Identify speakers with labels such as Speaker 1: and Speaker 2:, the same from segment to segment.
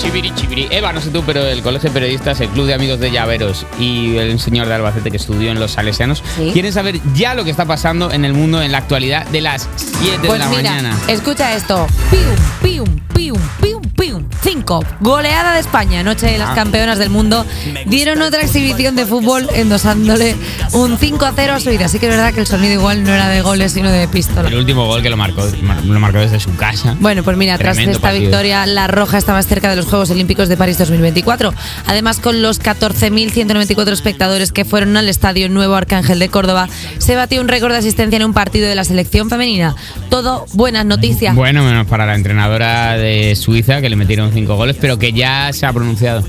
Speaker 1: Chibiri, chibiri. Eva, no sé tú, pero el Colegio de Periodistas, el Club de Amigos de Llaveros y el señor de Albacete que estudió en los Salesianos
Speaker 2: Sí.
Speaker 1: quieren saber ya lo que está pasando en el mundo en la actualidad de las 7 de
Speaker 2: Pues
Speaker 1: la
Speaker 2: mira,
Speaker 1: mañana.
Speaker 2: escucha esto. Pium, pium, pium, pium, pium. 5. Goleada de España. Noche
Speaker 1: Ah.
Speaker 2: las campeonas del mundo dieron otra exhibición de fútbol endosándole un 5 a 0 a su ida. Así que es verdad que el sonido igual no era de goles, sino de pistola.
Speaker 1: El último gol que lo marcó, lo marcó desde su casa.
Speaker 2: Bueno, pues mira, tras
Speaker 1: Tremendo
Speaker 2: esta
Speaker 1: partido.
Speaker 2: victoria, La Roja está más cerca de los Juegos Olímpicos de París 2024. Además, con los 14.194 espectadores que fueron al Estadio Nuevo Arcángel de Córdoba, se batió un récord de asistencia en un partido de la selección femenina. Todo buenas noticias.
Speaker 1: Bueno, menos para la entrenadora de Suiza, que le metieron cinco goles, pero que ya se ha pronunciado.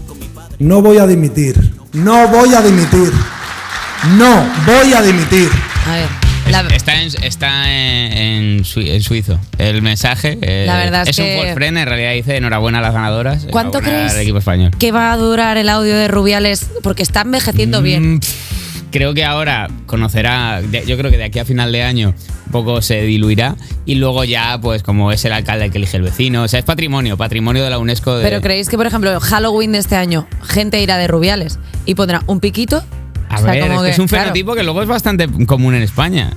Speaker 3: No voy a dimitir. No voy a dimitir. No voy a dimitir.
Speaker 2: A ver,
Speaker 1: Es-
Speaker 2: la,
Speaker 1: Está, en, está en, en sui- en suizo. El mensaje eh,
Speaker 2: La verdad es que-
Speaker 1: un full friend, en realidad dice enhorabuena a las ganadoras.
Speaker 2: ¿cuánto
Speaker 1: enhorabuena
Speaker 2: crees
Speaker 1: al equipo español.
Speaker 2: que va a durar el audio de Rubiales? Porque está envejeciendo bien.
Speaker 1: Mm, pff, Creo que ahora conocerá, de- yo creo que de aquí a final de año un poco se diluirá y luego ya, pues como es el alcalde el que elige el vecino, o sea, es patrimonio, patrimonio de la UNESCO. De,
Speaker 2: Pero creéis que, por ejemplo, Halloween de este año, gente irá de Rubiales y pondrá un piquito.
Speaker 1: A
Speaker 2: O sea,
Speaker 1: ver,
Speaker 2: como
Speaker 1: es, que
Speaker 2: que,
Speaker 1: es un
Speaker 2: claro.
Speaker 1: fenotipo que luego es bastante común en España.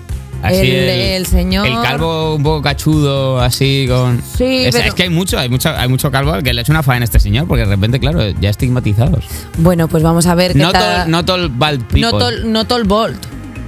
Speaker 2: El- el señor-
Speaker 1: El calvo un poco cachudo, así con.
Speaker 2: Sí,
Speaker 1: es,
Speaker 2: pero-
Speaker 1: es que hay mucho, hay mucho, hay mucho calvo al que le ha hecho una faena a este señor, porque de repente, claro, ya estigmatizados.
Speaker 2: Bueno, pues vamos a ver qué
Speaker 1: No
Speaker 2: tal.
Speaker 1: todo, no todo el bald people.
Speaker 2: no tol, no tol Bolt.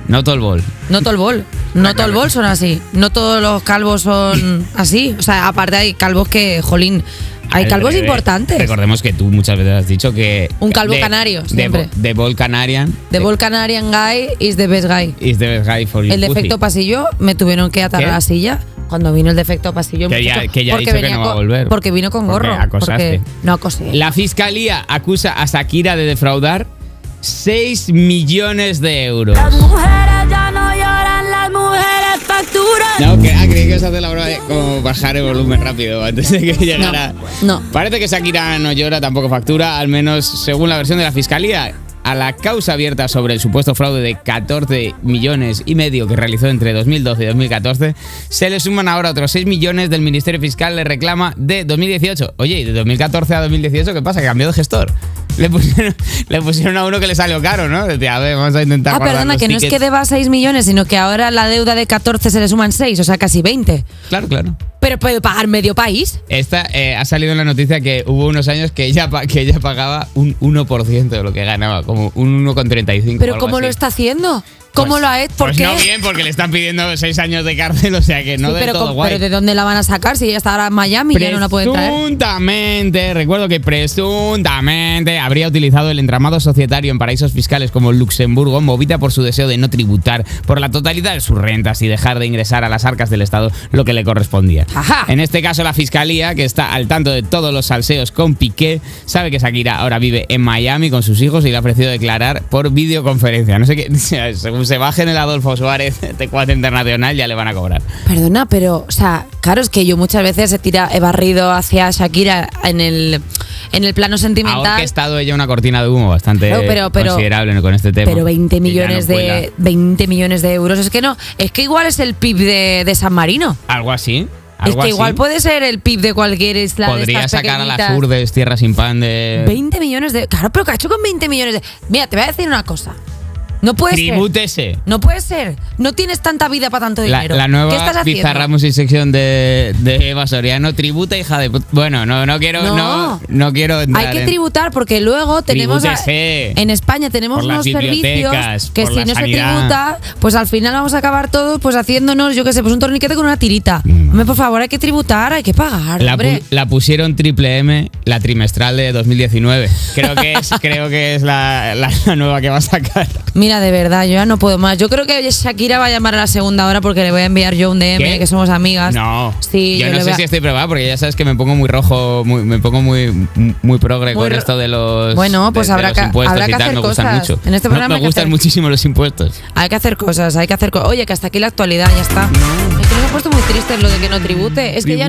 Speaker 1: No todo el bol.
Speaker 2: No todo el bol. No todo el bol son así. No todos los calvos son así. O sea, aparte hay calvos que, jolín, hay
Speaker 1: Al
Speaker 2: calvos
Speaker 1: revés.
Speaker 2: importantes.
Speaker 1: Recordemos que tú muchas veces has dicho que.
Speaker 2: Un calvo
Speaker 1: de-
Speaker 2: canario,
Speaker 1: de
Speaker 2: siempre.
Speaker 1: bo- De bol canarian.
Speaker 2: The Volcanarian guy is the best guy.
Speaker 1: Is the best guy for your
Speaker 2: El
Speaker 1: pussy.
Speaker 2: defecto pasillo me tuvieron que atar
Speaker 1: ¿Qué?
Speaker 2: a la silla cuando vino el defecto pasillo.
Speaker 1: Que ya-
Speaker 2: muchacho,
Speaker 1: que ya ha
Speaker 2: porque
Speaker 1: dicho que
Speaker 2: venía
Speaker 1: no va a
Speaker 2: con-
Speaker 1: volver.
Speaker 2: Porque vino con
Speaker 1: Porque
Speaker 2: gorro.
Speaker 1: acosaste.
Speaker 2: Porque no acosé.
Speaker 1: La fiscalía acusa a Shakira de defraudar 6 millones de euros.
Speaker 4: Las mujeres ya no lloran, las mujeres facturan.
Speaker 1: No, que, ah, creí que os hace la broma de como bajar el volumen rápido antes de que llegara.
Speaker 2: no.
Speaker 1: Parece que Shakira no llora, tampoco factura, al menos según la versión de la fiscalía. A la causa abierta sobre el supuesto fraude de 14 millones y medio que realizó entre 2012 y 2014, se le suman ahora otros 6 millones del Ministerio Fiscal le reclama de 2018. Oye, ¿y de 2014 a 2018 qué pasa? Que cambió de gestor. Le pusieron, le pusieron a uno que le salió caro, ¿no? Decía, a ver, vamos a intentar.
Speaker 2: Ah,
Speaker 1: guardar
Speaker 2: perdona,
Speaker 1: los
Speaker 2: que no es
Speaker 1: tickets.
Speaker 2: que deba 6 millones, sino que ahora la deuda de 14 se le suman 6, o sea, casi 20.
Speaker 1: Claro, claro.
Speaker 2: Pero puede pagar medio país.
Speaker 1: Esta eh, ha salido en la noticia que hubo unos años que ella, pa- que ella pagaba un 1% de lo que ganaba, como un 1,35. o
Speaker 2: Pero
Speaker 1: algo
Speaker 2: ¿cómo lo
Speaker 1: así.
Speaker 2: está haciendo? ¿Cómo
Speaker 1: Pues-
Speaker 2: lo ha hecho? ¿Por
Speaker 1: pues
Speaker 2: qué?
Speaker 1: no bien, porque le están pidiendo seis años de cárcel, o sea que no
Speaker 2: Sí,
Speaker 1: de
Speaker 2: pero,
Speaker 1: todo
Speaker 2: con-
Speaker 1: guay.
Speaker 2: pero ¿de dónde la van a sacar si ella está ahora en Miami y ya no la pueden traer?
Speaker 1: Presuntamente, recuerdo que presuntamente habría utilizado el entramado societario en paraísos fiscales como Luxemburgo, movida por su deseo de no tributar por la totalidad de sus rentas y dejar de ingresar a las arcas del Estado lo que le correspondía.
Speaker 2: Ajá.
Speaker 1: En este caso, la fiscalía, que está al tanto de todos los salseos con Piqué, sabe que Shakira ahora vive en Miami con sus hijos y le ha ofrecido declarar por videoconferencia. No sé qué, según se baje en el Adolfo Suárez de Cuadra Internacional, ya le van a cobrar.
Speaker 2: Perdona, pero, o sea, claro, es que yo muchas veces he, tira, he barrido hacia Shakira en el, en el plano
Speaker 1: Ahora
Speaker 2: sentimental.
Speaker 1: que ha estado ella una cortina de humo bastante
Speaker 2: Claro, pero- pero-
Speaker 1: considerable con este tema.
Speaker 2: Pero 20
Speaker 1: Que ya
Speaker 2: millones,
Speaker 1: no cuela.
Speaker 2: de, 20 millones de euros, es que no, es que igual es el PIB de, de San Marino.
Speaker 1: Algo así.
Speaker 2: Es
Speaker 1: algo
Speaker 2: que
Speaker 1: así.
Speaker 2: igual puede ser el PIB de cualquier isla. de
Speaker 1: Podría
Speaker 2: estas
Speaker 1: sacar a las
Speaker 2: pequeñitas.
Speaker 1: urdes, tierra sin pan de.
Speaker 2: 20 millones de. Claro, pero cacho con 20 millones de. Mira, te voy a decir una cosa. No puede ser.
Speaker 1: Tribútese.
Speaker 2: No puede ser. No tienes tanta vida para tanto
Speaker 1: La,
Speaker 2: dinero.
Speaker 1: la
Speaker 2: ¿Qué estás
Speaker 1: nueva
Speaker 2: haciendo?
Speaker 1: pizarra music sección de, de Eva Soriano tributa, hija de. put- Bueno, no, no quiero. No,
Speaker 2: No.
Speaker 1: no quiero.
Speaker 2: Hay
Speaker 1: entrar
Speaker 2: que
Speaker 1: en-
Speaker 2: tributar porque luego tenemos. a-
Speaker 1: Tribútese.
Speaker 2: en España tenemos
Speaker 1: Por las
Speaker 2: unos servicios
Speaker 1: bibliotecas,
Speaker 2: que
Speaker 1: por
Speaker 2: si
Speaker 1: la
Speaker 2: no
Speaker 1: sanidad.
Speaker 2: se tributa, pues al final vamos a acabar todos pues haciéndonos, yo qué sé, pues un torniquete con una tirita.
Speaker 1: Mm.
Speaker 2: Hombre, por favor, hay que tributar, hay que pagar.
Speaker 1: La,
Speaker 2: hombre.
Speaker 1: pu- la pusieron triple M la trimestral de 2019. Creo que es, creo que es la- la- la nueva que va a sacar.
Speaker 2: Mira, de verdad, yo ya no puedo más. Yo creo que Shakira va a llamar a la segunda hora porque le voy a enviar yo un DM,
Speaker 1: ¿Qué?
Speaker 2: que somos amigas.
Speaker 1: No.
Speaker 2: Sí,
Speaker 1: yo,
Speaker 2: yo
Speaker 1: no sé
Speaker 2: le voy a-
Speaker 1: si estoy probada porque ya sabes que me pongo muy rojo, muy- me pongo muy muy progre
Speaker 2: Muy
Speaker 1: con
Speaker 2: ro-
Speaker 1: esto de los
Speaker 2: Bueno, pues
Speaker 1: de- de
Speaker 2: habrá
Speaker 1: los
Speaker 2: que-
Speaker 1: impuestos
Speaker 2: habrá
Speaker 1: y
Speaker 2: que
Speaker 1: tal,
Speaker 2: hacer
Speaker 1: me gustan
Speaker 2: cosas.
Speaker 1: mucho.
Speaker 2: En este
Speaker 1: No,
Speaker 2: programa hay
Speaker 1: me
Speaker 2: que
Speaker 1: gustan
Speaker 2: hacer-
Speaker 1: muchísimo los impuestos.
Speaker 2: Hay que hacer cosas, hay que hacer cosas. Oye, que hasta aquí la actualidad, ya está. Es que nos ha puesto muy triste lo de que no tribute. Es que ya